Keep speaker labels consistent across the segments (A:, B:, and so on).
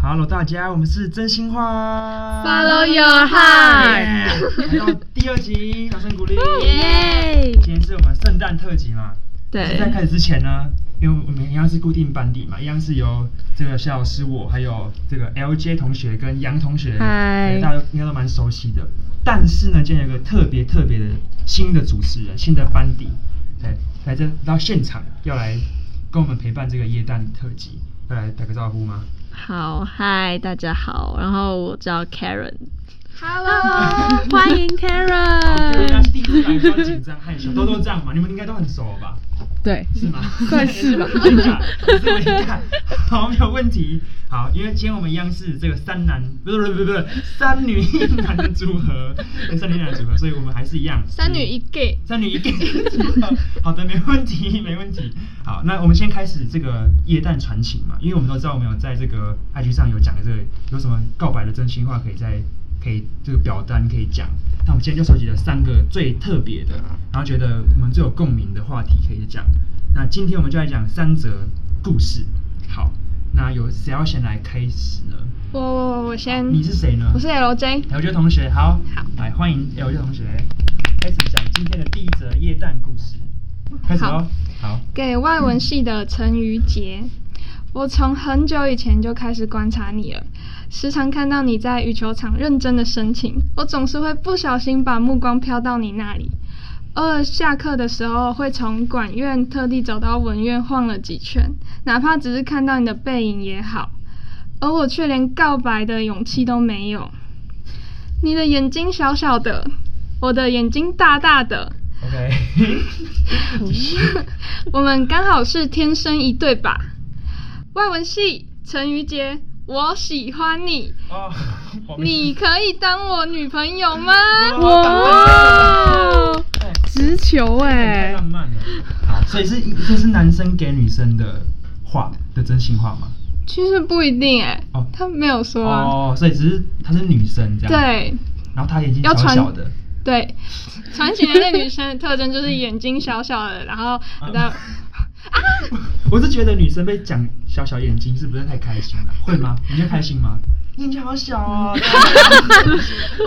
A: Hello，大家，我们是真心话
B: Follow your heart
A: 来到第二集，掌声鼓励。
B: 耶
A: 今天是我们圣诞特辑嘛？
B: 对
A: 在开始之前呢，因为我们一样是固定班底嘛，一样是由这个夏老师我，还有这个 LJ 同学跟杨同学，
B: 嗨
A: 呃大家都应该都蛮熟悉的。但是呢，今天有一个特别特别的新的主持人，新的班底，对，来这到现场要来跟我们陪伴这个耶诞特辑，要来打个招呼吗？
B: 好，嗨，大家好，然后我叫 Karen，
C: Hello，
B: 欢迎
A: 好，对，大家第一次来比较紧
B: Karen。
A: 张害羞，都都这样嘛，你们应该都很熟了吧？
B: 对，
A: 是吗？
B: 算是吧
A: 是吧是不是尴尬好，没有问题。好，因为今天我们一样是这个三男，不是不是不是不是三女一男的组合，对三女一男的组合，所以我们还是一样
C: 三女一 gay，
A: 三女一 gay 的组合。好的，没问题，没问题。好，那我们先开始这个夜蛋传情嘛，因为我们都知道我们有在这个 IG 上有讲的这个有什么告白的真心话可以在可以这个表单可以讲。那我们今天就收集了三个最特别的，然后觉得我们最有共鸣的话题可以讲。那今天我们就来讲三则故事。好，那有谁要先来开始呢？
C: 我我我
A: 好
C: 先，
A: 啊你是谁呢？
C: 我是 LJ，
A: LJ 同学，好，来欢迎 LJ 同学开始讲今天的第一则夜蛋故事，开始喽，好，
C: 给外文系的陈瑜杰。我从很久以前就开始观察你了，时常看到你在羽球场认真的深情，我总是会不小心把目光飘到你那里。偶尔下课的时候，会从管院特地走到文院晃了几圈，哪怕只是看到你的背影也好。而我却连告白的勇气都没有。你的眼睛小小的，我的眼睛大大的，
A: ，OK，
C: 我们刚好是天生一对吧？外文系陈瑜杰，我喜欢你，
A: 哦，我们
C: 你可以当我女朋友吗？
A: 哇
B: 哇，直球
A: 哎太
B: 哎、
A: 浪漫了，好，所以是这是男生给女生的话的真心话吗？
C: 其实不一定哎、
A: 哦
C: 他没有说啊。
A: 哦，所以只是她是女生这样，，
C: 对
A: 然后她眼睛
C: 要
A: 小
C: 传
A: 小的，
C: 对，传奇的那女生的特征就是眼睛小小的，然后
A: 啊
C: 的。
A: 我是觉得女生被讲小小眼睛是不是太开心了？会吗？你觉得开心吗？眼睛好小 哦，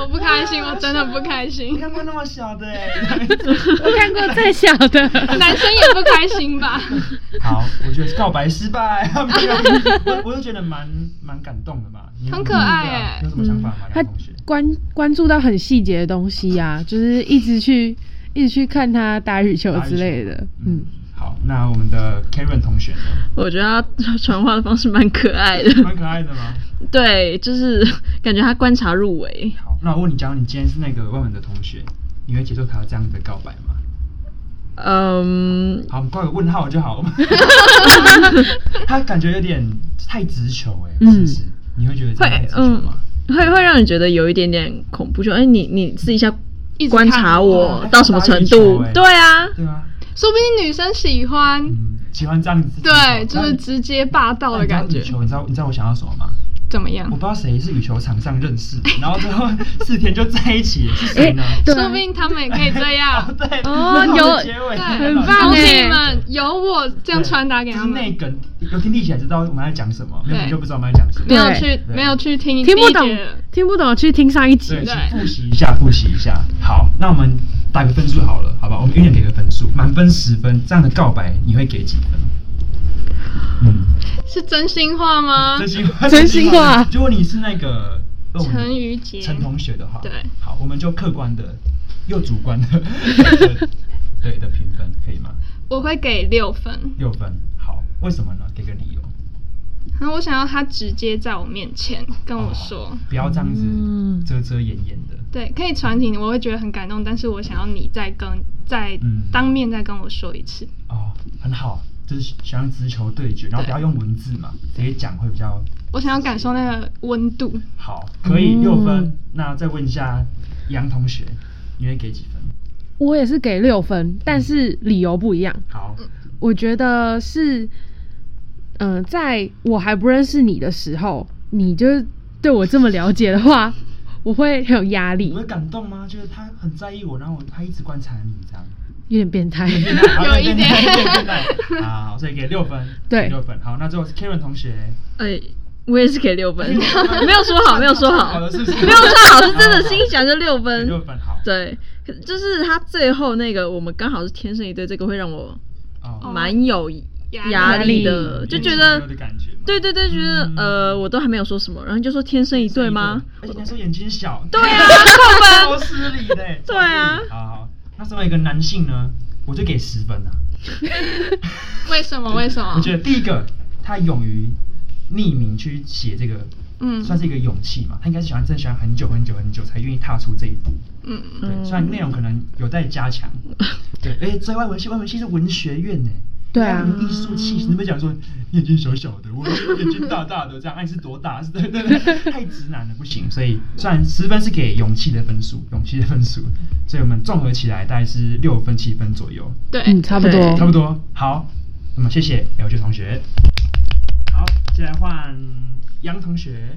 C: 我不 开心，我真的不开
A: 你
C: 心，
A: 看过那么小的哎、
B: 我看过最小的，
C: 男生也不开 心吧？
A: 好，我觉得告白失败， 没有，我我就觉得蛮蛮感动的吧。你有
C: 很可爱
A: 对啊
C: 欸
A: 有什么想法吗，
D: 他
A: 杨同学？
D: 关关注到很细节的东西呀、就是一直去一直去看他打羽球之类的，嗯
A: 嗯，，好，那我们的 Karen 同学呢？
B: 我觉得他传话的方式蛮可爱的，
A: 蛮可爱的吗？
B: 对，就是感觉他观察入微，
A: 好，那我问你，假如你今天是那个外文的同学，你会接受他这样的告白吗？
B: 嗯，
A: 好，我们挂个问号就 好。他感觉有点太直球哎、欸，
C: 嗯
A: 是不是？你会觉得这
B: 会
A: 样太直球
B: 嗯
A: 吗？，
B: 会会让你觉得有一点点恐怖，就哎、你你试一下
C: 一直
B: 观
C: 看
B: 察
A: 我
B: 我到什么程度
A: 他打羽球欸，
B: 对啊，
C: 嗯
A: 对啊，
C: 说不定女生喜欢，
A: 嗯，喜欢这样子。
C: 对，就是
A: 那
C: 直接霸道的感
A: 那你
C: 觉
A: 知道羽，球，你知道你知道我想要什么吗？
C: 怎么
A: 我
C: 样
A: 不？知道谁是羽球场上认识 的，然后最后四天就在一起，是谁呢？
D: 诶对
C: 说不定他们也可以这
A: 哦
C: 样。
A: 对，
D: 哦
A: 那我的
D: 有
A: 结尾
C: 啊对，
D: 很棒
C: 恭喜
D: 欸
C: 你们，有我这样传达给他
A: 就是内
C: 们。
A: 梗，有听力起来知道我们在讲什么，没有
C: 对
A: 听就不知道我们在讲什么
C: 没。有
D: 对
C: 去，
A: 对
C: 没有去听
D: 听不
C: 第一
D: 懂
C: 节了
D: 听不懂去听上一集
A: 对，，
C: 对
A: 请复习一下，复习一下。好，那我们打个分数好了，好吧？我们一人给个分数，满分十分，这样的告白你会给几分？嗯，
C: 是真心话吗
A: 真？心话，
D: 真心话
A: 如果你是那个呃我们的
C: 陈瑜杰
A: 陈同学的话，
C: 对，
A: 好，我们就客观的又主观 的，对的评分可以吗？
C: 我会给六分。
A: 六分，好，为什么呢？给个理由。
C: 然后我想要他直接在我面前跟我说
A: 哦，不要这样子
D: 嗯
A: 遮遮掩掩的。
C: 对，可以传情，我会觉得很感动。但是我想要你再跟再
A: 嗯
C: 当面再跟我说一次。
A: 哦，很好，就是想让直球对决，然后不要用文字嘛，直接讲会比较
C: 我想要感受那个温度。
A: 好。可以
D: 嗯
A: 六分，那再问一下杨同学，你会给几分？
D: 我也是给六分，但是理由不一样，
A: 好，
B: 嗯
D: 我觉得是，嗯、在我还不认识你的时候，你就是对我这么了解的话，我会很有压力
A: 你，会感动吗？就是他很在意我，然后我他一直观察你这 样。
D: 有点变态。
A: 好
C: 有一点
A: 有一点有一点有一点好，所以给六分，
D: 对
A: 给六分。好，那最后是 Karen 同学，
B: 哎、我也是给六分，没有说好，没有说好，
A: 好的事情
B: 没有说好是真的，
A: 好
B: 心里想就六分，
A: 六分好
B: 对，可就是他最后那个，我们刚好是天生一对，这个会让我
A: 哦，嗯
B: 蛮有
C: 压
B: 压力的，
D: 力
B: 就觉得
A: 有，的感觉嘛，
B: 对对对，觉得、
A: 嗯
B: 呃，我都还没有说什么，然后你就说天生一对吗？
A: 而且那时候眼睛小，
B: 对啊，
A: 超
B: 扣分，
A: 失礼的欸，
B: 对
A: 超
B: 啊
A: 失礼好好，那身为一个男性呢，我就给十分啊。
C: 为什么？为什么
B: 啊
A: 我？觉得第一个，他勇于匿名去写这个，
C: 嗯
A: 算是一个勇气嘛。他应该是喜欢，真的喜欢很久很久很久才愿意踏出这一步。
C: 嗯，
A: 对，虽然内容可能有待加 强。对，哎、所以外文系，外文系是文学院呢。
D: 对啊
A: 它有艺术气息。你们讲说眼睛小小的，我我眼睛大大的，这样啊爱是多大？是对对对，太直男了，不行。所以虽然十分是给勇气的分数，勇气的分数，所以我们综合起来大概是六分七分左右。
C: 对，
D: 嗯，差不
B: 对
D: 多，
A: 差不多。好，那么谢谢刘俊同学。好，现在换杨同学。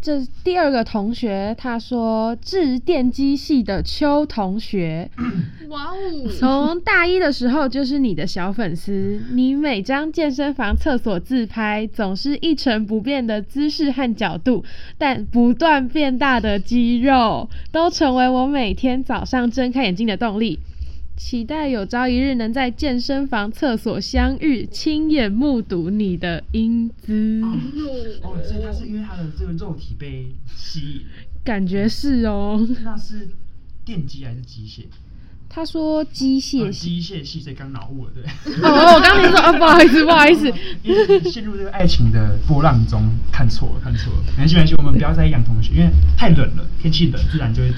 D: 这第二个同学，他说致电机系的邱同学，
C: 哇哦，
D: 从大一的时候就是你的小粉丝，你每张健身房厕所自拍总是一成不变的姿势和角度，但不断变大的肌肉都成为我每天早上睁开眼睛的动力。期待有朝一日能在健身房厕所相遇，亲眼目睹你的英姿。
A: 哦，所以他是因为他的这个肉体被吸引，
D: 感觉是哦。
A: 那是电机还是机械？
D: 他说啊机
A: 哦
D: 械 系。
A: 机械系，所以刚脑雾了，对。
D: 哦，我刚才说啊，不好意思，不好意 思。
A: 因为陷入这个爱情的波浪中，看错了，看错了。没关系，没关系，我们不要在意杨同学，因为太冷了，天气冷，自然就会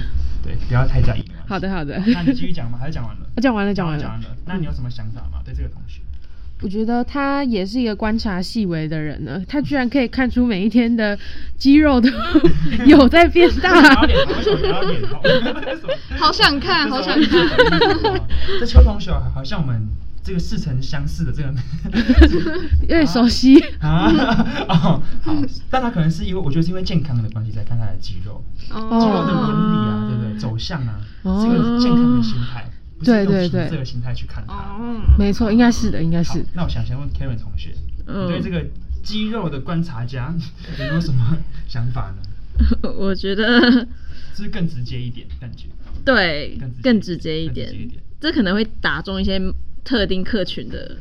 A: 对，不要太在意。没关系
D: 好的，好的。
A: 那你继续讲吗？还是讲完了？
D: 讲完了，啊讲完
A: 讲完
D: 了。
A: 了。那你有什么想法吗？对这个同学？
D: 我觉得他也是一个观察细微的人呢，他居然可以看出每一天的肌肉 都有在变大。
C: 好想看，好想看。
A: 这邱同学好像我们这个似曾相识的这个
D: 有点熟悉。
A: 啊哦好，但他可能是因为我觉得是因为健康的关系在看他的肌肉，
B: 哦
A: 肌肉的纹
D: 哦
A: 理啊，对不对？走向啊，是一个健康的心态，不是用形这个心态去看他。
C: 哦，
D: 没错，应该是的，应该
A: 好
D: 是。，
A: 那我想先问 Karen 同学，
B: 嗯
A: 你对这个肌肉的观察家 有没有什么想法呢？
B: 我觉得
A: 是不是更直接一点感觉？
B: 对
A: 更
B: 更
A: 直
B: 直
A: 接
B: 接
A: 一
B: 一
A: 点
B: 点
A: 更直接一点，
B: 这可能会打中一些特定客群的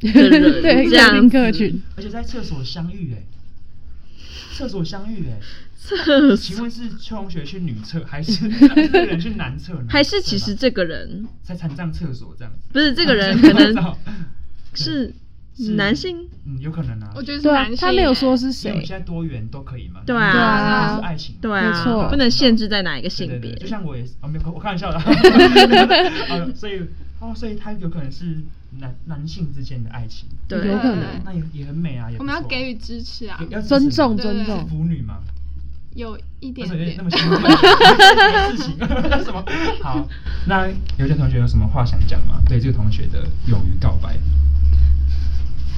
B: 的 人，
D: 对，
B: 这样
D: 特定
B: 子
D: 客群。
A: 而且在厕所相遇、哎，厕所相遇、哎，
B: 厕所
A: 请问是邱同学去女厕，还是 还是那个人去男厕呢？
B: 还是其
A: 对
B: 实
A: 吧
B: 这个人
A: 在残障厕所这样子？
B: 不是这个人
A: 残
B: 可
A: 障
B: 能是
A: 啊是
B: 男性，
A: 嗯，有可能啊。
C: 我觉得是
D: 对啊
C: 男性，
D: 他没有说
C: 欸
D: 是
A: 因为我
D: 谁
A: 们。现在多元都可以嘛？
B: 对啊
D: 对啊
A: 是爱情，
B: 对
D: 没
B: 啊
D: 错，
B: 不能限制在哪一个
A: 对
B: 性
A: 对
B: 别
A: 对，。就像我也是，哦，没有，我开玩笑的。啊所以，哦，所以他有可能是男男性之间的爱情，
B: 对，
D: 有可
C: 对
D: 能
A: 那也也很美啊，也
C: 我
A: 不
C: 们要
A: 错
C: 给予支持啊
A: 也，要支持
D: 尊重，
A: 嘛
D: 尊
C: 对
A: 是
D: 重。
A: 腐女吗？
C: 有一
A: 为
C: 点
A: 什么有点那
C: 点
A: 么。心疼事情？ 那什么？好，那刘健同学有什么话想讲吗？对这个同学的勇于告白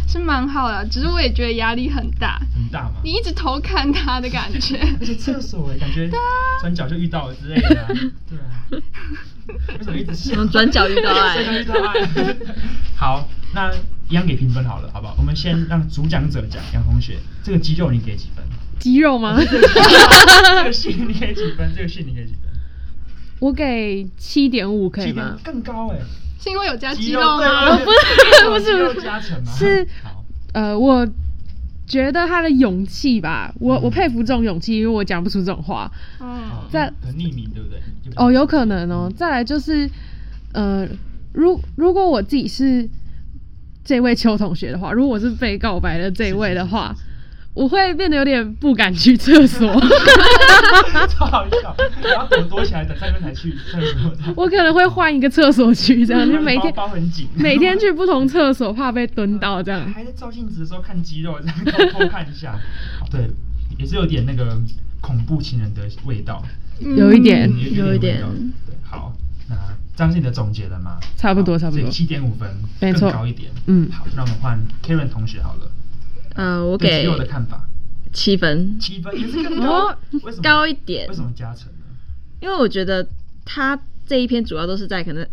C: 是蛮好的，啊只是我也觉得压力很大，
A: 很大吗？
C: 你一直偷看他的感觉。
A: 而且厕所哎，感觉
C: 啊
A: 转角就遇到了之类的 啊，对啊。为什么一直笑
B: 从？转角遇到
A: 转角
B: 爱
A: 遇，到爱。好，那一样给评分好了，好不好？我们先让主讲者讲，杨同学，这个肌肉你给几分？
D: 肌肉 吗？
A: 这个信你给几分？这个信你给几分？
D: 我给七点五，可以
A: 七分
D: 吗？
A: 更高哎。
C: 是因为有加
A: 肌
C: 啊肌
A: 肉
C: 肉
A: 对啊
C: 吗？
A: 不是不是加成吗？
D: 是
A: 好
D: 呃，我觉得他的勇气吧，我我佩服这种勇气，因为我讲不出这种话。
C: 嗯，
A: 好
D: 在
A: 很匿名对不对？
D: 哦，有可能哦。再来就是，呃，如如果我自己是这位邱同学的话，如果我是被告白的这一位的话，我会变得有点不敢去厕所，
A: 超好笑，然后躲躲起来，等上课才去厕所。
D: 我可能会换一个厕所去，这样就每天
A: 包包很紧，
D: 每天去不同厕所，怕被蹲到这样。
A: 还在照镜子的时候看肌肉，这样偷偷看一 下。对，也是有点那个恐怖情人的味道，
D: 有一点
A: 有
B: 有一
A: 点
B: 点
A: 味道。对，好，那这样是你的总结了吗？
D: 差不多
A: 好
D: 差不多
A: 所以七点五分，
D: 没
A: 更
D: 错
A: 高一点。
D: 嗯
A: 好，那我们换 Karen 同学好了，
B: 呃，我
A: 对肌
B: 给
A: 肉的看法。
B: 七分，
A: 七分也是更高
D: 哦，
A: 为什么
B: 高一点
A: 为什么加成呢？
B: 因为我觉得他这一篇主要都是在可能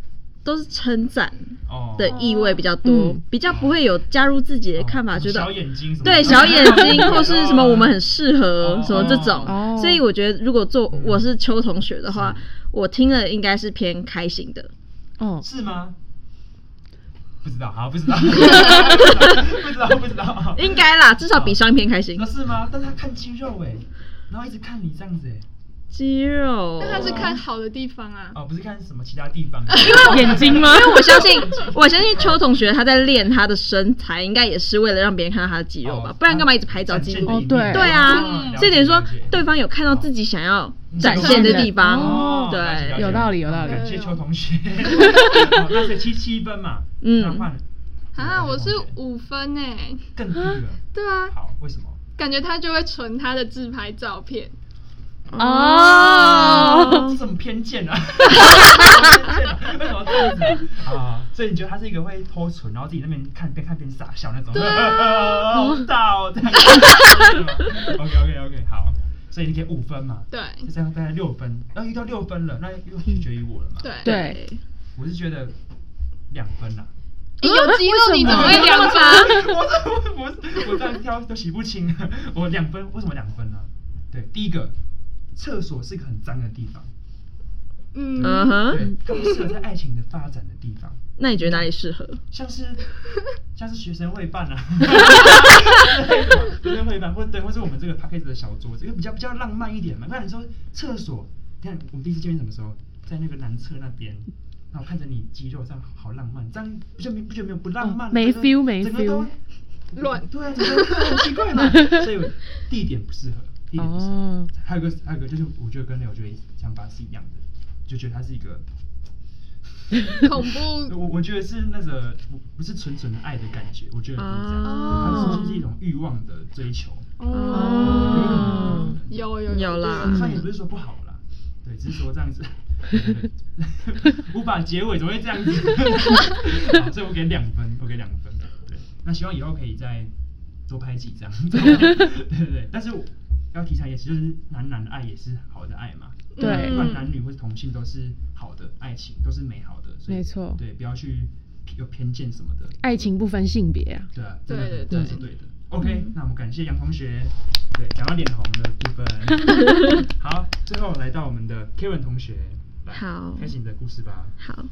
B: 都是称赞
A: 哦，
B: 的意味比较多
D: 嗯，
B: 比较不会有加入自己的看法，
A: 哦
B: 觉得
A: 小眼睛什么的
B: 对小眼睛 或是什么我们很适合
A: 哦嗯
B: 什么这种
D: 哦，
B: 所以我觉得如果做我是邱同学的话
A: 是，
B: 我听了应该是偏开心的。
D: 哦，
A: 是吗？不知道，好，不 知道，不知道，不知道。
B: 应该啦，至少比上一篇开心
A: 那。是吗？但是他看肌肉哎，然后一直看你这样子哎，
B: 肌肉，
C: 那他是看好的地方
B: 嗯
C: 啊，
A: 哦，不是看什么其他地方，
B: 啊
D: 眼睛吗？
B: 因为我相信，我相信邱同学他在练他的身材，应该也是为了让别人看到他的肌肉啊
A: 哦
B: 吧，不然干嘛一直拍照记录？
D: 哦对
B: 对啊
A: 嗯，
B: 这点说
A: 了解了解
B: 对方有看到自己想要
A: 嗯
B: 展现的地
A: 哦了
B: 方，
A: 解了解
B: 对，
D: 有道理有道理
A: 感谢邱同学。 好那是七七分嘛？
B: 啊嗯
A: 那换了
C: 啊，我是
A: 邱同学
C: 五分哎、
A: 更低了。
C: 对啊，
A: 好，为什么？
C: 感觉他就会存他的自拍照片，
A: 这
B: 哦，
A: 什么偏见 啊？偏见啊为什么这样子啊？所以你觉得他是一个会偷存，然后自己那边看边看边傻笑那种？
C: 对啊
A: 好大哦，这样。OK OK OK，好，所以你给五分嘛？
C: 对
A: 就这样大概六分，然后遇到六分了，那又取决于我了嘛？
C: 对，
D: 对，
A: 我是觉得两分啦。
C: 你哎有肌肉你怎么会两分？
D: 呃
A: 我我我这样挑都洗不清，我两分，为什么两分呢、对，第一个，厕所是一个很脏的地方，
B: 嗯
C: 嗯，
A: 对
B: 哼，，
A: 它不适合在爱情的发展的地方，
B: 那你觉得哪里适合？
A: 像 是像是学生会办啊，学生会办，或对，或是我们这个 p a c k a g e 的小桌子，因为比较比较浪漫一点嘛。那你说厕所，你看我们第一次见面什么时候？在那个男厕那边。然后看着你肌肉，这样好浪漫，这样不就没不觉得没有不浪漫？
D: 哦没
A: 整个
D: feel，没
A: 整个都
D: feel
C: 乱
A: 对啊，整个都很奇怪嘛。所以我地点不适合，地点不适合。
D: 哦
A: 还有一个，还有一个就是，我觉得跟我觉得想法是一样的，就觉得它是一个
C: 恐怖
A: 我我觉得是那个不不是纯纯的爱的感觉，我觉得不是这样，
B: 哦
A: 对它是就是一种欲望的追求。
B: 哦
A: 嗯
C: 有有
B: 有啦
D: 嗯
A: 虽然也不是说不好啦，对，只是说这样子 无法结尾，怎么会这样子？ 好，所以我给两分，我给两分。对，那希望以后可以再多拍几张。 对对对，但是我要提倡也是，就是男男的爱也是好的爱嘛。
D: 对嗯
A: 不管男女或是同性都是好的爱情，都是美好的。所以
D: 没错
A: 对，不要去有偏见什么的。
D: 爱情不分性别啊。
A: 对啊，
C: 对
A: 真的
C: 对
A: 真的
C: 对
A: 是对的。OK，那我们感谢杨同学，对，讲到脸红的部分。好，最后来到我们的 Karen 同学，来
B: 好
A: 开始你的故事吧。
B: 好，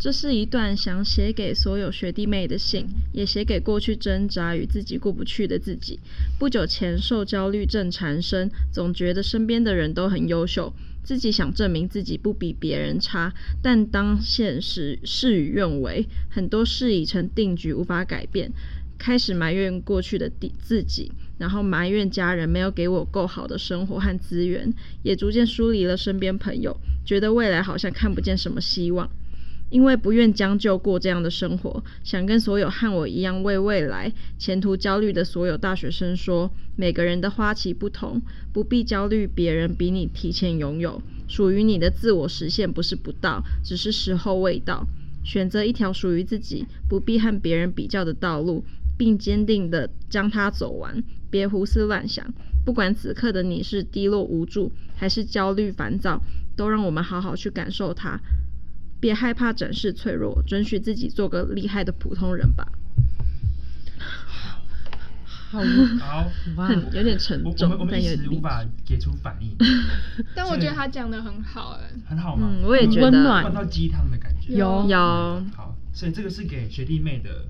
B: 这是一段想写给所有学弟妹的信，也写给过去挣扎与自己过不去的自己。不久前受焦虑症缠身，总觉得身边的人都很优秀，自己想证明自己不比别人差，但当现实事与愿违，很多事已成定局，无法改变。开始埋怨过去的地自己，然后埋怨家人没有给我够好的生活和资源，也逐渐疏离了身边朋友，觉得未来好像看不见什么希望。因为不愿将就过这样的生活，想跟所有和我一样为未来前途焦虑的所有大学生说：每个人的花期不同，不必焦虑别人比你提前拥有，属于你的自我实现不是不到，只是时候未到。选择一条属于自己不必和别人比较的道路，并坚定地将它走完，别胡思乱想。不管此刻的你是低落无助，还是焦虑烦躁，都让我们好好去感受它。别害怕展示脆弱，准许自己做个厉害的普通人吧。
D: 好
A: 好，
D: 哇，
B: 很有点沉
A: 我我
B: 重
A: 们我，们
B: 但有
A: 一
B: 点
A: 时
B: 励
A: 无法
B: 志。
A: 给出反 应，
C: 但我觉得他讲的很好哎、
A: 很好吗？
B: 嗯我也觉
D: 得温暖
A: 灌到鸡汤的感觉。
D: 有
B: 有，
A: 好，所以这个是给学弟妹的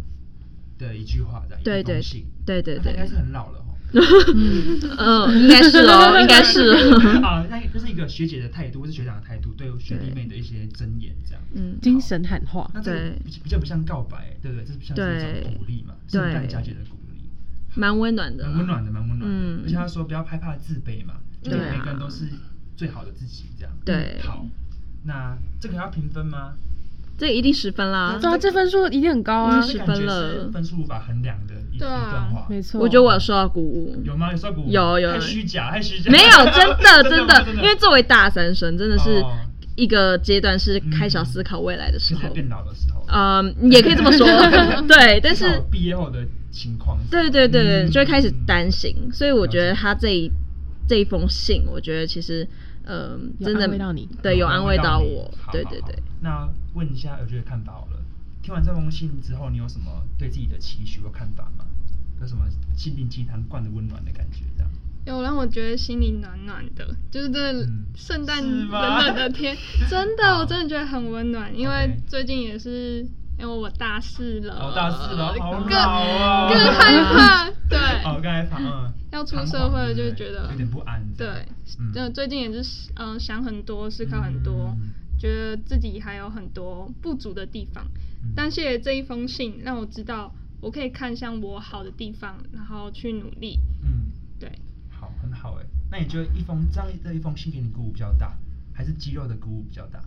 A: 的一句话，这样
B: 对
A: 一封
B: 对
A: 信
B: 对对
A: 那他应该
B: 对
A: 是很老了 哦。
B: 嗯，应该是哦，应该是 哦。
A: 啊，那就是一个学姐的态度，或是学长的态度，对学弟妹的一些箴言这样。
B: 嗯，
D: 精神喊话。
A: 那这个
B: 对
A: 比比较不像告白，对不对？这不像是一种
B: 对
A: 鼓励嘛，
B: 对
A: 圣诞佳节的鼓励，
B: 蛮温暖的啦，
A: 蛮温暖的，蛮温暖的
B: 嗯。
A: 而且他说不要害怕自卑嘛，就是
B: 对啊
A: 每个人都是最好的自己这样。
B: 对
A: 好，那这个要评分吗？
B: 这个一定十分啦
D: 对。啊，这分数一定很高啊
B: 嗯。
A: 这感
B: 分
A: 觉
B: 了
A: 是分数无法衡量的一一
C: 对啊
A: 段话。
D: 没错，
B: 我觉得我有受到鼓舞，
A: 有吗？有算鼓舞？
B: 有有
A: 太虚假，太虚假。
B: 没有真 的
A: 真的
B: 真的
A: 真，的
B: 因为作为大三生，真的是
A: 哦
B: 一个阶段是开始要
A: 嗯
B: 思考未来的时
A: 是在
B: 候，
A: 变老的时候。
B: 嗯，也可以这么 说，对，但
A: 至
B: 是
A: 少毕业后的情况是吧。
B: 对对对对，
A: 嗯
B: 就会开始
A: 嗯
B: 担心，所以我觉
A: 了
B: 得
A: 解
B: 他这一这一封信，我觉得其实嗯，
D: 有
B: 真的
D: 安慰到你
B: 对，有安慰到
A: 你
B: 我
A: 好，
B: 对
A: 好
B: 对
A: 好
B: 对。
A: 那问一下 LG 的看法好了。听完这封信之后，你有什么对自己的期许或看法吗？有什么心灵鸡汤灌的温暖的感觉？这样
C: 有让我觉得心里暖暖的，就是这
A: 嗯
C: 圣诞
A: 是
C: 冷
A: 吗
C: 冷 的天，真的，
A: 好
C: 我真的觉得很温暖。因为
A: OK
C: 最近也是，因为我大四了，
A: 哦大四了好
C: 更
A: 老哦
C: 更害怕， 对，
A: 哦，刚才反嗯，
C: 要出
A: 彷
C: 社
A: 徨
C: 会了
A: 对不
C: 就
A: 对
C: 觉得
A: 有点不安这样。
C: 对，
A: 嗯
C: 就最近也是思嗯、想很多，思考很多，
A: 嗯
C: 觉得自己还有很多不足的地方。
A: 嗯
C: 但谢谢这一封信，让我知道我可以看向我好的地方，然后去努力。
A: 嗯，
C: 对，
A: 好，很好哎。那你觉得一封这样这一封信给你鼓舞比较大，还是肌肉的鼓舞比较 大？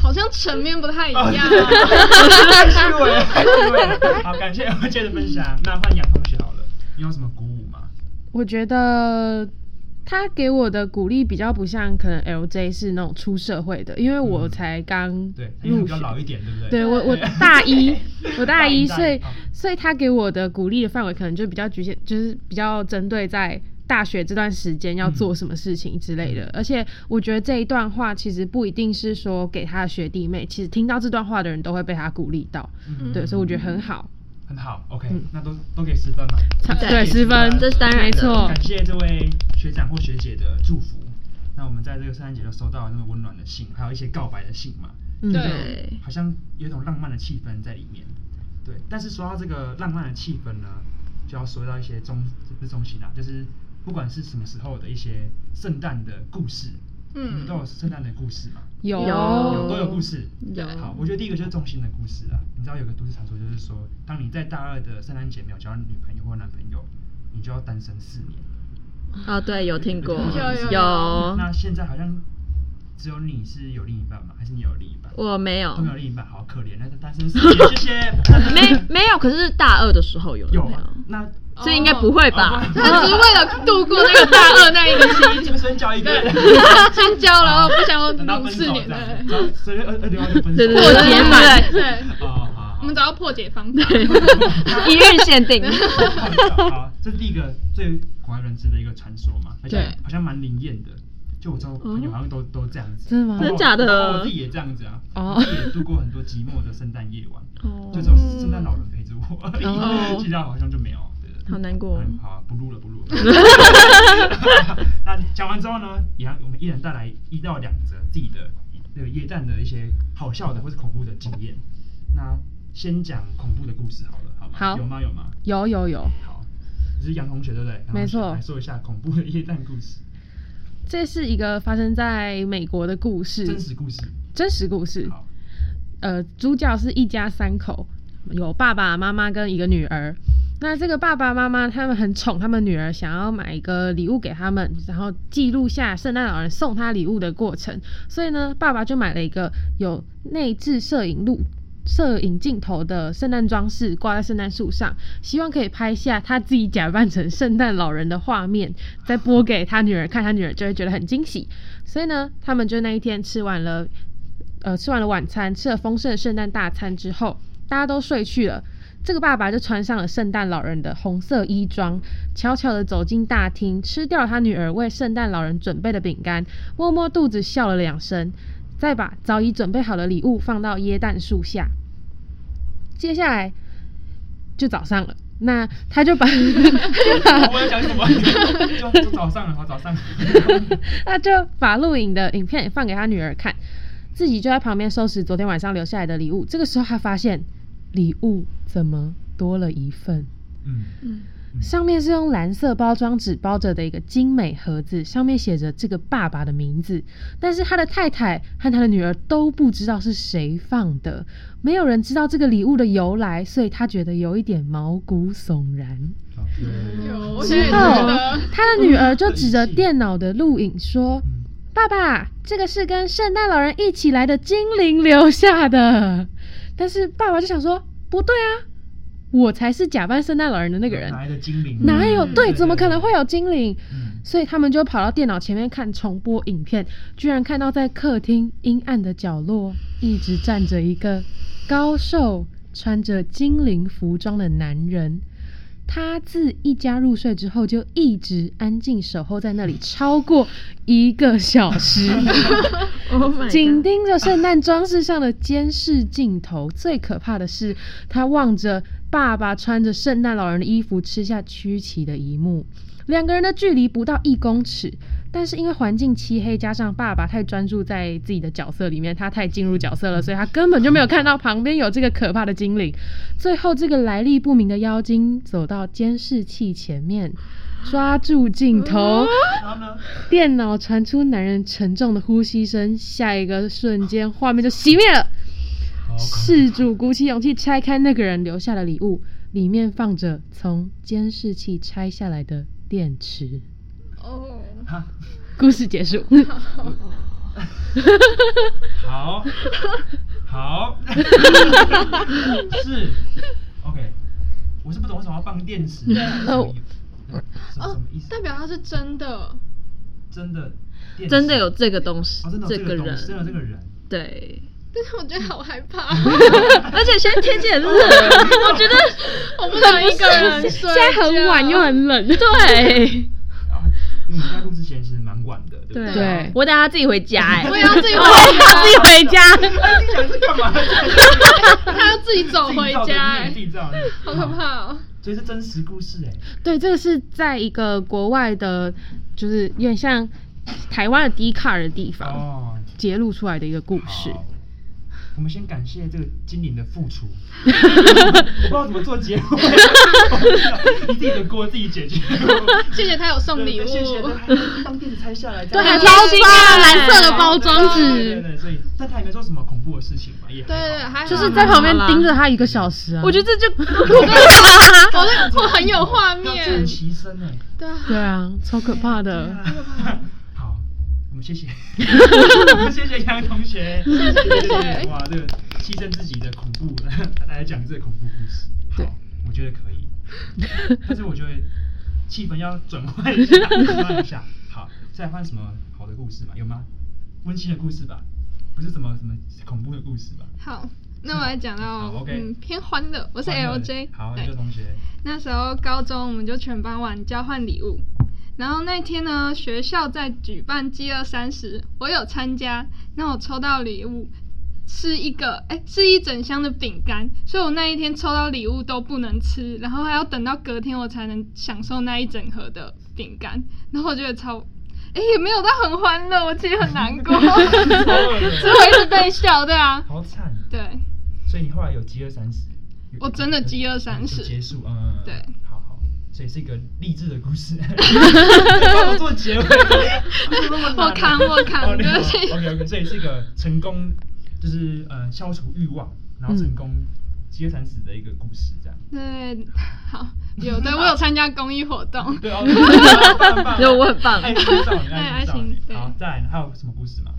C: 好像层面不太一样、啊
A: 啊太虚伪，太虚伪。好，感谢 LJ 的分享。那换杨同学好了，你有什么鼓舞吗？
D: 我觉得他给我的鼓励比较不像可能 LJ 是那种出社会的，因为我
A: 嗯
D: 才刚
A: 对，因为他
D: 入
A: 比较
D: 学。
A: 老一点，对不对？
D: 对我，我
A: 对，
D: 大一 我大一，
A: 大一嗯
D: 所以
A: 大一
D: 所以他给我的鼓励的范围可能就比较局限，就是比较针对在大学这段时间要做什么事情之类
A: 嗯
D: 的。而且我觉得这一段话其实不一定是说给他的学弟妹，其实听到这段话的人都会被他鼓励到，
A: 嗯
D: 对，所以我觉得很好。
A: 很好，OK，、
D: 嗯
A: 那都都给十分嘛，
D: 对
A: 给
D: 十分
B: 这是当然的
D: 没错
A: 感谢这位学长或学姐的祝福。那我们在这个圣诞节都收到了那么温暖的信，还有一些告白的信嘛，
D: 嗯，
C: 对
B: 对
A: 好像有一种浪漫的气氛在里面。对，但是说到这个浪漫的气氛呢，就要说到一些中不是中心啦，啊就是不管是什么时候的一些圣诞的故事，
C: 嗯
A: 你们都有圣诞的故事吗？
D: 有
A: 有都有故事。
B: 有
A: 好，我觉得第一个就是中心的故事啦。你知道有个都市传说，就是说，当你在大二的圣诞节没有交女朋友或男朋友，你就要单身四年。
B: 哦，对，有听过，
C: 有有
B: 有
A: 那现在好像只有你是有另一半吗？还是你有另一半？
B: 我没有
A: 都，没有另一半，好可怜。那就单身四年， 谢谢。
B: 没没有，可是大二的时候有 的
A: 有
B: 没
A: 啊，哦那
B: 所以应该不会吧？
C: 他只是为了度过那个大二那一个 星期，
A: 就深 交一个。
C: 先交了，然后不想要
A: 等到
C: 弄
A: 分
C: 四
A: 手
C: 年
A: 这样
C: 的
A: 子，，然后所以二二六二就分手。
B: 对对
C: 破
B: 对
C: 解
B: 对
C: 法
B: 对
C: 对，
A: 哦，好好。
C: 我们找到破解方法。
B: 一院限
A: Oh
B: 定，
A: 好，这是第一个最广为人知的一个传说嘛，而且
D: 对哦
A: 好像蛮灵验的。就我周围朋友好像都、都这样子，
D: 真的吗
A: 包括
B: 真假的
A: 包括我自己也这样子啊，
D: 哦
A: 我自己也度过很多寂寞的圣诞夜晚，
B: 哦
A: 就只有圣诞老人陪着我而已，
D: 哦
A: 其他好像就没有。对对对
B: 好难过
A: 嗯好啊，不录了，不录 了。 那讲完之后呢，也让我们一人带来一到两则自己的那个夜战的一些好笑的或是恐怖的经验。那先讲恐怖的故事好了，好吗？
D: 好
A: 有吗？有吗？
D: 有有有，
A: 好，你是杨同学对不对？杨同学
D: 没错
A: 来说一下恐怖的夜战故事，
D: 这是一个发生在美国的故事，
A: 真实故事。
D: 真实故事。
A: 好，
D: 呃，主角是一家三口，有爸爸妈妈跟一个女儿。那这个爸爸妈妈他们很宠他们女儿，想要买一个礼物给他们，然后记录下圣诞老人送他礼物的过程。所以呢，爸爸就买了一个有内置摄影录。摄影镜头的圣诞装饰挂在圣诞树上，希望可以拍下他自己假扮成圣诞老人的画面，再播给他女儿看，他女儿就会觉得很惊喜。所以呢，他们就那一天吃完了呃，吃完了晚餐，吃了丰盛的圣诞大餐之后，大家都睡去了。这个爸爸就穿上了圣诞老人的红色衣装，悄悄地走进大厅，吃掉了他女儿为圣诞老人准备的饼干，摸摸肚子笑了两声，再把早已准备好的礼物放到椰蛋树下。接下来就早上了，那他就把 他就把
A: 我要讲什么？ 就就早上了，好，早 上。
D: 他就把录影的影片也放给他女儿看，自己就在旁边收拾昨天晚上留下来的礼物。这个时候，他发现礼物怎么多了一份？
A: 嗯，
D: 上面是用蓝色包装纸包着的一个精美盒子，上面写着这个爸爸的名字，但是他的太太和他的女儿都不知道是谁放的，没有人知道这个礼物的由来，所以他觉得有一点毛骨悚然。
A: 好对
C: 有，我现在
D: 之
C: 也
D: 后
C: 觉得，，
D: 他的女儿就指着电脑的录影说
A: 嗯：“
D: 爸爸，这个是跟圣诞老人一起来的精灵留下的。”但是爸爸就想说：“不对啊，我才是假扮圣诞老人的那个人，
A: 哪来的精灵？
D: 哪有？
A: 嗯
D: 对，怎么可能会？有精灵？”
A: 嗯
D: 所以他们就跑到电脑前面看重播影片，居然看到在客厅阴暗的角落一直站着一个高瘦、穿着精灵服装的男人。他自一家入睡之后，就一直安静守候在那里超过一个小时，
B: Oh my god！
D: 紧盯着圣诞装饰上的监视镜头。最可怕的是，他望着爸爸穿着圣诞老人的衣服吃下曲奇的一幕。两个人的距离不到一公尺，但是因为环境漆黑，加上爸爸太专注在自己的角色里面，他太进入角
B: 嗯
D: 色了，所以他根本就没有看到旁边有这个可怕的精灵。最后，这个来历不明的妖精走到监视器前面，抓住镜
B: 啊
D: 头，
A: 然后呢？
D: 电脑传出男人沉重的呼吸声，下一个瞬间画面就熄灭了。
A: 好
D: 事主鼓起勇气拆开那个人留下的礼物，里面放着从监视器拆下来的电 池。
C: 哦，
A: 哈
D: 故事结束。
A: 好，好，是，OK，我是不懂为什么要放电池，什么意什么什么意思？
C: 哦代表他是真的，
A: 真的电池，
B: 真的有这个东西，
A: 哦，真的有这
B: 个
A: 个东
B: 人
A: 西，真的有这个人，
B: 对，
C: 但是我觉得好害怕，
B: 而且现在天气很冷，我觉得
C: 我不想一个人睡
D: 现在很晚又很冷。
B: 对，
A: 然后因为我们在录之前其实蛮晚的，对不对？
B: 对
D: 对
B: 我等下自己回家哎、
C: 我也要自己回
B: 我要自己
C: 家，
B: 回家。
A: 哎你讲这干嘛？
C: 他要自己走回家，哎
A: 自己造的孽
C: 好可！怕哦！
A: 所以是真实故事哎，
D: 对，这个是在一个国外的，就是有点像台湾的迪卡尔的地方
A: 哦，
D: 揭露出来的一个故事。
A: 好。我们先感谢这个精灵的付 出，我不知道怎么做结尾，你 自己的锅自己解决。
C: 谢谢他有送礼物
A: 对，谢谢，对帮电子拆下来，对
D: 还
C: 很
D: 包
C: 贴心
D: 装
C: 哎
D: 啊蓝色的包装
A: 对对
D: 纸，
A: 对，所以但他也没做什么恐怖的事情嘛，也
C: 对对，还好
D: 就是在旁边
B: 好啦
D: 盯着他一个小时啊。
B: 我觉得这就
C: 我在我很有画
A: 要正
C: 面，
A: 其身哎，
C: 对啊，
D: 对啊，超可怕的。
A: 好，我们谢谢，我们谢谢杨同学，谢谢谢谢，哇，这个牺牲自己的恐怖来讲这个恐怖故事，
D: 对
A: 好，我觉得可以，但是我觉得气氛要转换一下，转换一下，好，再换什么好的故事嘛？有吗？温馨的故事吧，不是什么什么恐怖的故事吧？
C: 好，那我来讲到
A: 好，OK
C: 嗯偏欢乐，我是
A: 欢乐的
C: LJ，
A: 好，
C: 对
A: 刘同学，
C: 那时候高中我们就全班玩交换礼物，然后那天呢，学校在举办饥饿三十，我有参加，那我抽到礼物是一个，哎、是一整箱的饼干，所以我那一天抽到礼物都不能吃，然后还要等到隔天我才能享受那一整盒的饼干，然后我觉得超，哎、也没有到很欢乐，我其实很难 过，只会一直被笑，对啊，
A: 好惨，
C: 对，
A: 所以你后来有饥饿三十，有
C: 我真的饥饿三十
A: 有结束，嗯，嗯嗯
C: 对
A: 好好，所以是一个励志的故事，帮我做结尾，
C: 我扛我扛对不起
A: OK OK，所以是一个成功，就是呃消除欲望，然后成功饥饿三十的一个故事，这样。
C: 对，好，有对我有参加公益活动。
A: 对哦，棒棒棒
B: 对我很棒
A: 爱情少女，
C: 哎
A: 爱
C: 爱
A: 情少
C: 情
A: 女。
C: 对
A: 好，再来还有什么故事吗？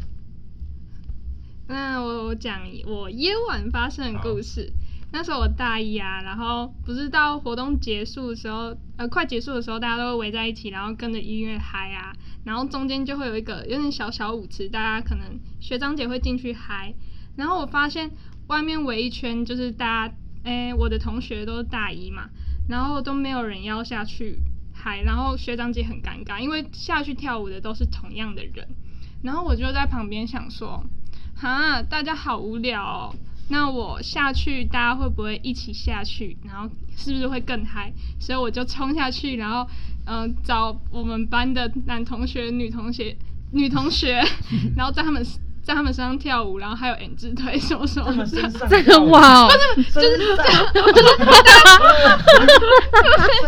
C: 那我我讲我夜晚发生的故事。那时候我大一啊，然后不是到活动结束的时候，呃，快结束的时候，大家都会围在一起，然后跟着音乐嗨啊，然后中间就会有一个有点小小舞池，大家可能学长姐会进去嗨，然后我发现外面围一圈，就是大家，哎、我的同学都是大一嘛，然后都没有人要下去嗨，然后学长姐很尴尬，因为下去跳舞的都是同样的人，然后我就在旁边想说，哈，大家好无聊哦。那我下去，大家会不会一起下去？然后是不是会更嗨？所以我就冲下去，然后嗯、呃找我们班的男同学、女同学、女同学，然后在他们在他们身上跳舞，然后还有 N 字腿什么什么
A: 他们
C: 的。
A: 身上
D: 这个哇哦，
A: 就是这样，身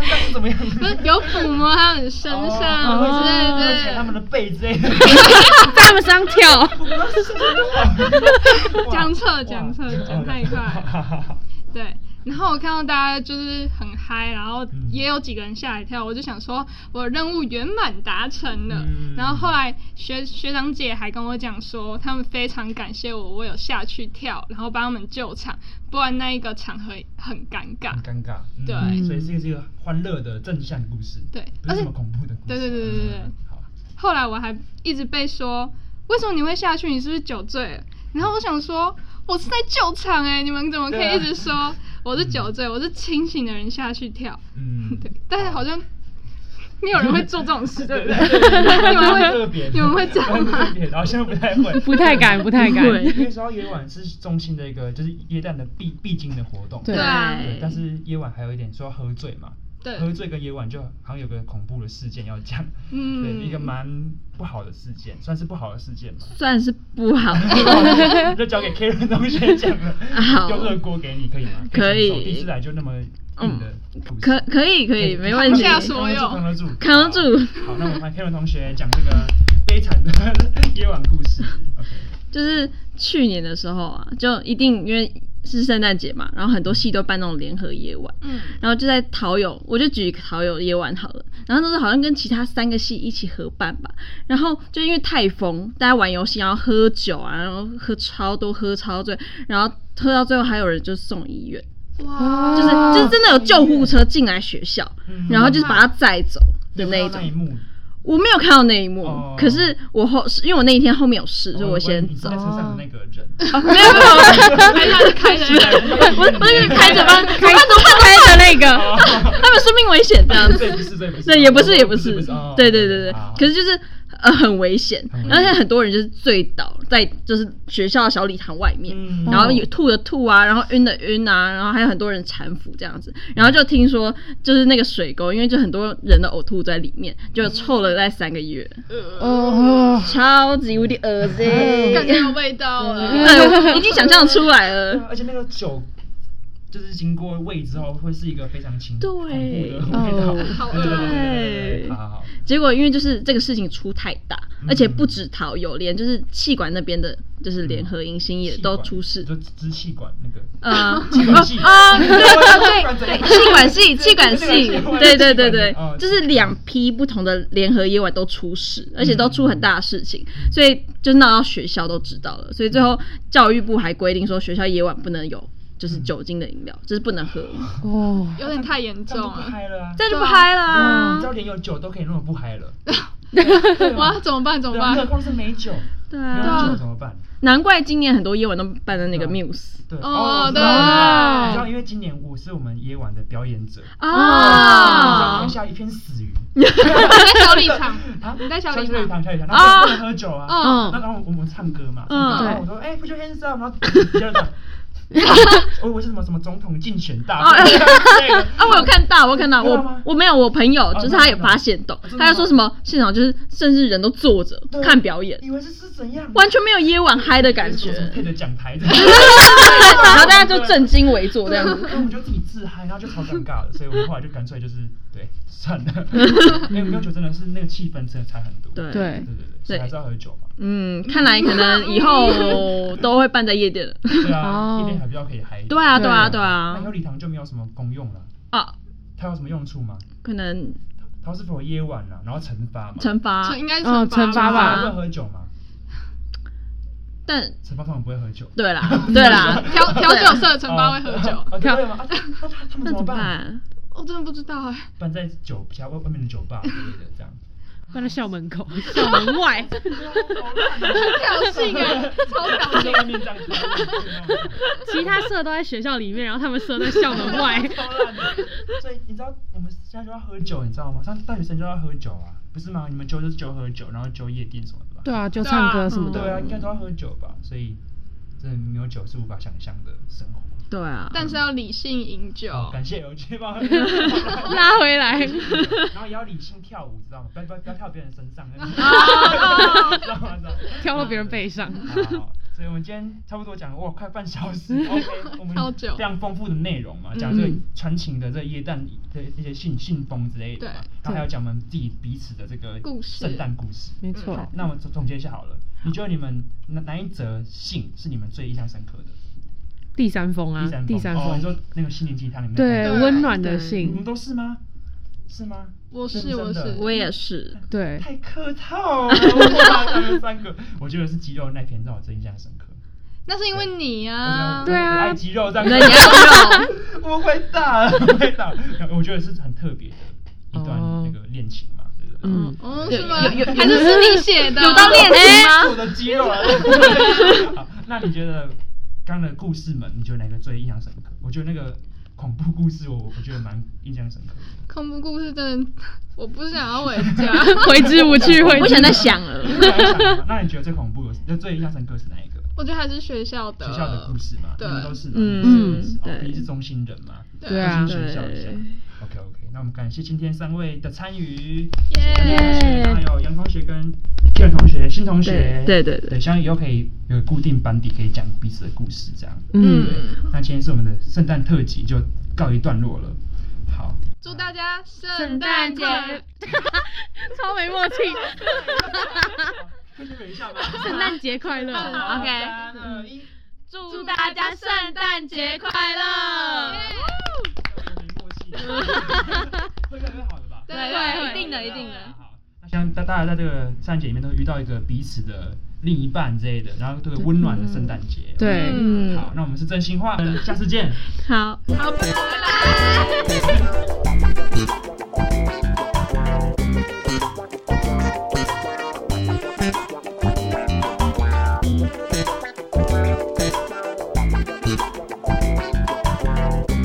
A: 上是怎么样？
C: 不是有抚摸他们身上
A: 哦
C: 之类
A: 而且他们的
C: 的，
A: 背之类的。
D: 在他们身上跳。
C: 讲错讲
A: 哦
C: 错讲太 快。
A: 了。
C: 对，然后我看到大家就是很嗨，然后
A: 嗯
C: 也有几个人吓一跳，我就想说我任务圆满达成了。
A: 嗯
C: 然后后来学学长姐还跟我讲说，他们非常感谢我，我有下去跳，然后帮他们救场，不然那一个场合很尴尬
A: 很。尴尬，嗯
C: 对
A: 所以这个是一个欢乐的正向故事，
C: 对
A: 不是什么恐怖的故事，
C: 对对对对对对
A: 嗯好，
C: 后来我还一直被说，为什么你会下欸去？你是不是酒醉了？然后我想说，我是在救场哎、你们怎么可以一直说？我是酒醉，我是清醒的人下去跳。
A: 嗯，
C: 对，但是好像没有人会做这种事，对不对？
A: 你
C: 你们
A: 特
C: 会
A: 别，哦
C: 你们会这样吗
A: 特？别，然后现在不太会，
D: 不太敢，不太敢。
B: 不会
A: 因为说到夜晚是中心的一个，就是耶诞的必必经的活动。
D: 对
C: 啊
B: 嗯
A: 对但是夜晚还有一点说到喝醉嘛，
C: 对
A: 喝醉跟夜晚就好像有个恐怖的事件要讲，
C: 嗯
A: 对，一个蛮不好的事件，算是不好的事 件吧。
B: 算是不 好。
A: 就交给 Karen 同学讲了，
B: 好
A: 丢这个锅给你可以吗？
B: 可以嗯
A: 第一次来就那么硬的故事，
B: 可可以可以，
A: 哎
B: 没问
C: 扛
B: 题。
C: 下所有
A: 扛得住，
B: 扛得住
A: 好，那我们看 Karen 同学讲这个悲惨的夜晚故事。OK，
B: 就是去年的时候啊，就一定因为是圣诞节嘛，然后很多戏都办那种联合夜晚，
C: 嗯，
B: 然后就在桃友，我就举桃友夜晚好了。然后那时候好像跟其他三个系一起合办吧。然后就因为太疯，大家玩游戏，然后喝酒啊，然后喝超多，喝超醉，然后喝到最后还有人就送医院，
C: 哇，
B: 就是
D: 啊
B: 就是真的有救护车进来学校，
A: 嗯
B: 然后就是把他载走的那一
A: 有看到
B: 种
A: 那。一幕，
B: 我没有看到那一幕，
A: 哦
B: 可是我后因为我那一天后面有事，所以我先
A: 你是
B: 走哦
A: 在。车上的那个人，
B: 没有没有没有，
C: 还让你开着那个人，
B: 我我那个开着帮
D: 开开的那个，
B: 他们生命危险这样子。
A: 这不是这不是，
B: 对，也不是，也不
A: 不
B: 是
A: 不，哦
B: 对对对对
A: 好好。
B: 可是就是呃很危险
A: 很危，险
B: 而且很多人就是醉倒在就是学校的小礼堂外面，
A: 嗯
B: 然后有吐的吐啊，然后晕的晕啊，然后还有很多人搀扶这样子。然后就听说就是那个水沟，因为就很多人的呕吐在里面，
A: 嗯
B: 就臭了在三个月，呃
D: 哦，
B: 超级无敌恶 心。哎
C: 感觉有味道了。
B: 对，我 已经想象出来
A: 对
B: 了
A: 啊。而且那个酒。就是经过胃之后，会是一个非常清
B: 对
A: 恐怖的味道，
D: 哦
C: 好
A: 对对对
B: 对
A: 对，好好好，
B: 结果因为就是这个事情出太大，
A: 嗯
B: 而且不止桃友，连就是气管那边的，就是联合迎新也都出事。
A: 就支气管那 个，
B: 呃，
A: 嗯气管系
B: 啊，对
A: 对
B: 对对，气管系， 气管系
A: 对，对
B: 对对对
A: 对
B: 对
A: 哦，嗯
B: 就是两批不同的联合夜晚都出事，而且都出很大的事情，所以就闹到学校都知道了，所以最后教育部还规定说学校夜晚不能有就是酒精的饮料，就是不能喝，
D: 哦，
C: 有点太严重
A: 这样就不
C: 了，
A: 嗨了啊！
B: 这样就不嗨了
A: 你
B: 啊
A: 知，道连有酒都可以那么不嗨 了，
C: 哇，怎么办？怎么
A: 对啊，何
C: 办？
A: 况是没酒，
B: 对
A: 没
B: 啊，
A: 有
C: 啊
A: 酒怎么办？
B: 难怪今年很多夜晚都办在那个
A: 对啊
B: Muse。
A: 对
C: 哦
A: 我知
C: 对
B: 啊
A: 道了你知道，因为今年我是我们夜晚的表演者，
B: 啊
A: 天，下一片死鱼。
C: 你 在小礼堂，哦
A: 啊，
C: 你在小
A: 小
C: 礼
A: 礼
C: 堂，
A: 堂，小礼堂，然后不能喝酒啊
B: 嗯。
A: 那然后我们唱歌嘛，
B: 哦嗯
A: 唱歌然后我说，哎， 不就 hands up，然后第二场，我我是什么什么总统竞选大会之类 的
B: 啊，我有看到，我有看到，
A: 你知道啊吗哦
B: 我我没有，我朋友就是他有发现动
A: 哦真，的吗嗯
B: 他就说什么现场就是甚至人都坐着
A: 对
B: 看表演，
A: 以为是是怎样，
B: 完全没有夜晚嗨的感
A: 就
B: 觉，
A: 是什么配着奖牌的。
B: 然后大家就震惊围坐这样
A: 对
B: 子。
A: 然 后我们就自己自嗨，然后就超尴尬的，所以我们后来就干脆就是对 算了， 因为没有酒真的是那个气氛真的差很多。
B: 对
A: 对
D: 对，
A: 对对，所以还是要喝酒嘛。
B: 嗯，看来可能以后都会办在夜店了。
A: 对啊，
D: 哦
A: 一定还比较可以嗨一点。
B: 对啊，对啊，对
A: 那有
B: 啊，
A: 礼堂就没有什么功用了，
B: 啊，
A: 它有什么用处吗？
B: 可能
A: 它是否夜晚啊，然后惩罚嘛？
B: 惩罚
C: 惩，应该是
D: 哦惩罚
A: 惩
B: 嗯吧
A: 罚不会喝酒嘛？
B: 但
A: 惩罚通常不会喝酒。
B: 对啦，对啦，
C: 调调酒社的惩罚会喝酒
A: 哦，哦对吗？啊那他他们怎
B: 那怎
A: 么
B: 么
A: 办？
B: 办？
C: 我真的不知道哎。
A: 办在酒其他外外面的酒吧之类的这样。
D: 放在校门口、校门外。
C: 挑衅 哎，超挑
A: 在
C: 衅！
A: 外面这样子，
D: 其他社都在学校里面，然后他们社在校门外。
A: 超烂的。所以你知道我们现在就要喝酒，你知道吗？上大学生就要喝酒啊，不是吗？你们揪就是揪喝酒，然后揪夜店什么的吧？
D: 对啊，就
C: 对啊
D: 唱歌什么的。
A: 对啊，应该都要喝酒吧？所以真的没有酒是无法想象的生活。
B: 对啊，
C: 但是要理性饮酒，
A: 好哦感谢有去帮。
D: 拉回来。
A: 然后也要理性跳舞，知道吗？不要不要不要跳别人身 上，知道吗？知道吗
D: 哦跳到别人背上
A: 好，所以我们今天差不多讲了哇，快半小 时，OK，我们
C: 超久
A: 非常丰富的内容嘛，讲这个
D: 嗯
A: 传情的这夜蛋的一些信信封之类的嘛，
C: 对
A: 然后还有讲我们自己彼此的这个
C: 故事
A: 圣诞故事。
D: 没错。
A: 好，那我们总总结一下好了，你觉得你们哪哪一则信是你们最印象深刻的？
D: 第三封啊，
A: 第
D: 第
A: 三
D: 三
A: 封，哦，你说
D: 封，
A: 那个心灵鸡汤里面，
D: 对，
C: 对
D: 温暖
C: 嗯
D: 的
A: 你们
D: 信，
A: 都是吗？是吗？
C: 我是
A: 认真
C: 我
A: 的
C: 是
B: 我也是，
D: 对，
A: 太客套了，哇他们三个，我觉得是肌肉那篇让我最印象深刻。
C: 那是因为你
A: 我
C: 啊
A: 觉得我
D: 对。啊
A: 我爱肌肉这
B: 那
A: 样
B: 你要
A: 子，
B: 不要？
A: 我会打，我会打。我觉得是很特别的一段那个恋情嘛，对不对？
D: 嗯，
C: 哦，
B: 有
C: 是吗？
B: 有有
C: 还是是你写的？
B: 有到恋情
A: 我
B: 吗？
A: 的肌肉
C: 哎
A: 啊！对好那你觉得刚刚的故事们，你觉得哪个最印象深刻？我觉得那个恐怖故事我我觉得蛮印象深刻的。
C: 恐怖故事真的，我不想要回 家。
D: 挥之不去，挥之
B: 我不想再想了。
A: 你本来想的嘛那你觉得最恐怖的、那最印象深刻是哪一个？
C: 我觉得还是学校的
A: 学校的故事嘛，你
C: 对
A: 们都是嘛，
B: 嗯
A: 你是
B: 嗯
A: 你是中心人嘛，
D: 对啊
A: 中心学校一下
B: 对。
A: OK OK，那我们感谢今天三位的参与，谢
C: 耶
A: 谢那有杨同学跟卷同学、新同学，
B: 对对对对
A: 对，希望以后可以有固定班底，可以讲彼此的故事这样。
D: 嗯，
A: 那今天是我们的圣诞特辑，就告一段落了。好，
C: 祝大家圣诞节
D: 超没默契。
A: 跟你们一下吧。
D: 圣诞节快乐
C: 好
D: ，OK，
A: 三二一，
D: 祝大家圣诞节快乐
A: 要有点默契，会越来越好了吧？
C: 对
D: 对一定的
A: 对
D: 一定的。
A: 好，那希望大大家在这个圣诞节里面都遇到一个彼此的另一半之类的，然后都有温暖的圣诞节。
D: 对
B: 嗯
A: 好，那我们是真心话，下次见。
B: 好。
C: 好，拜拜。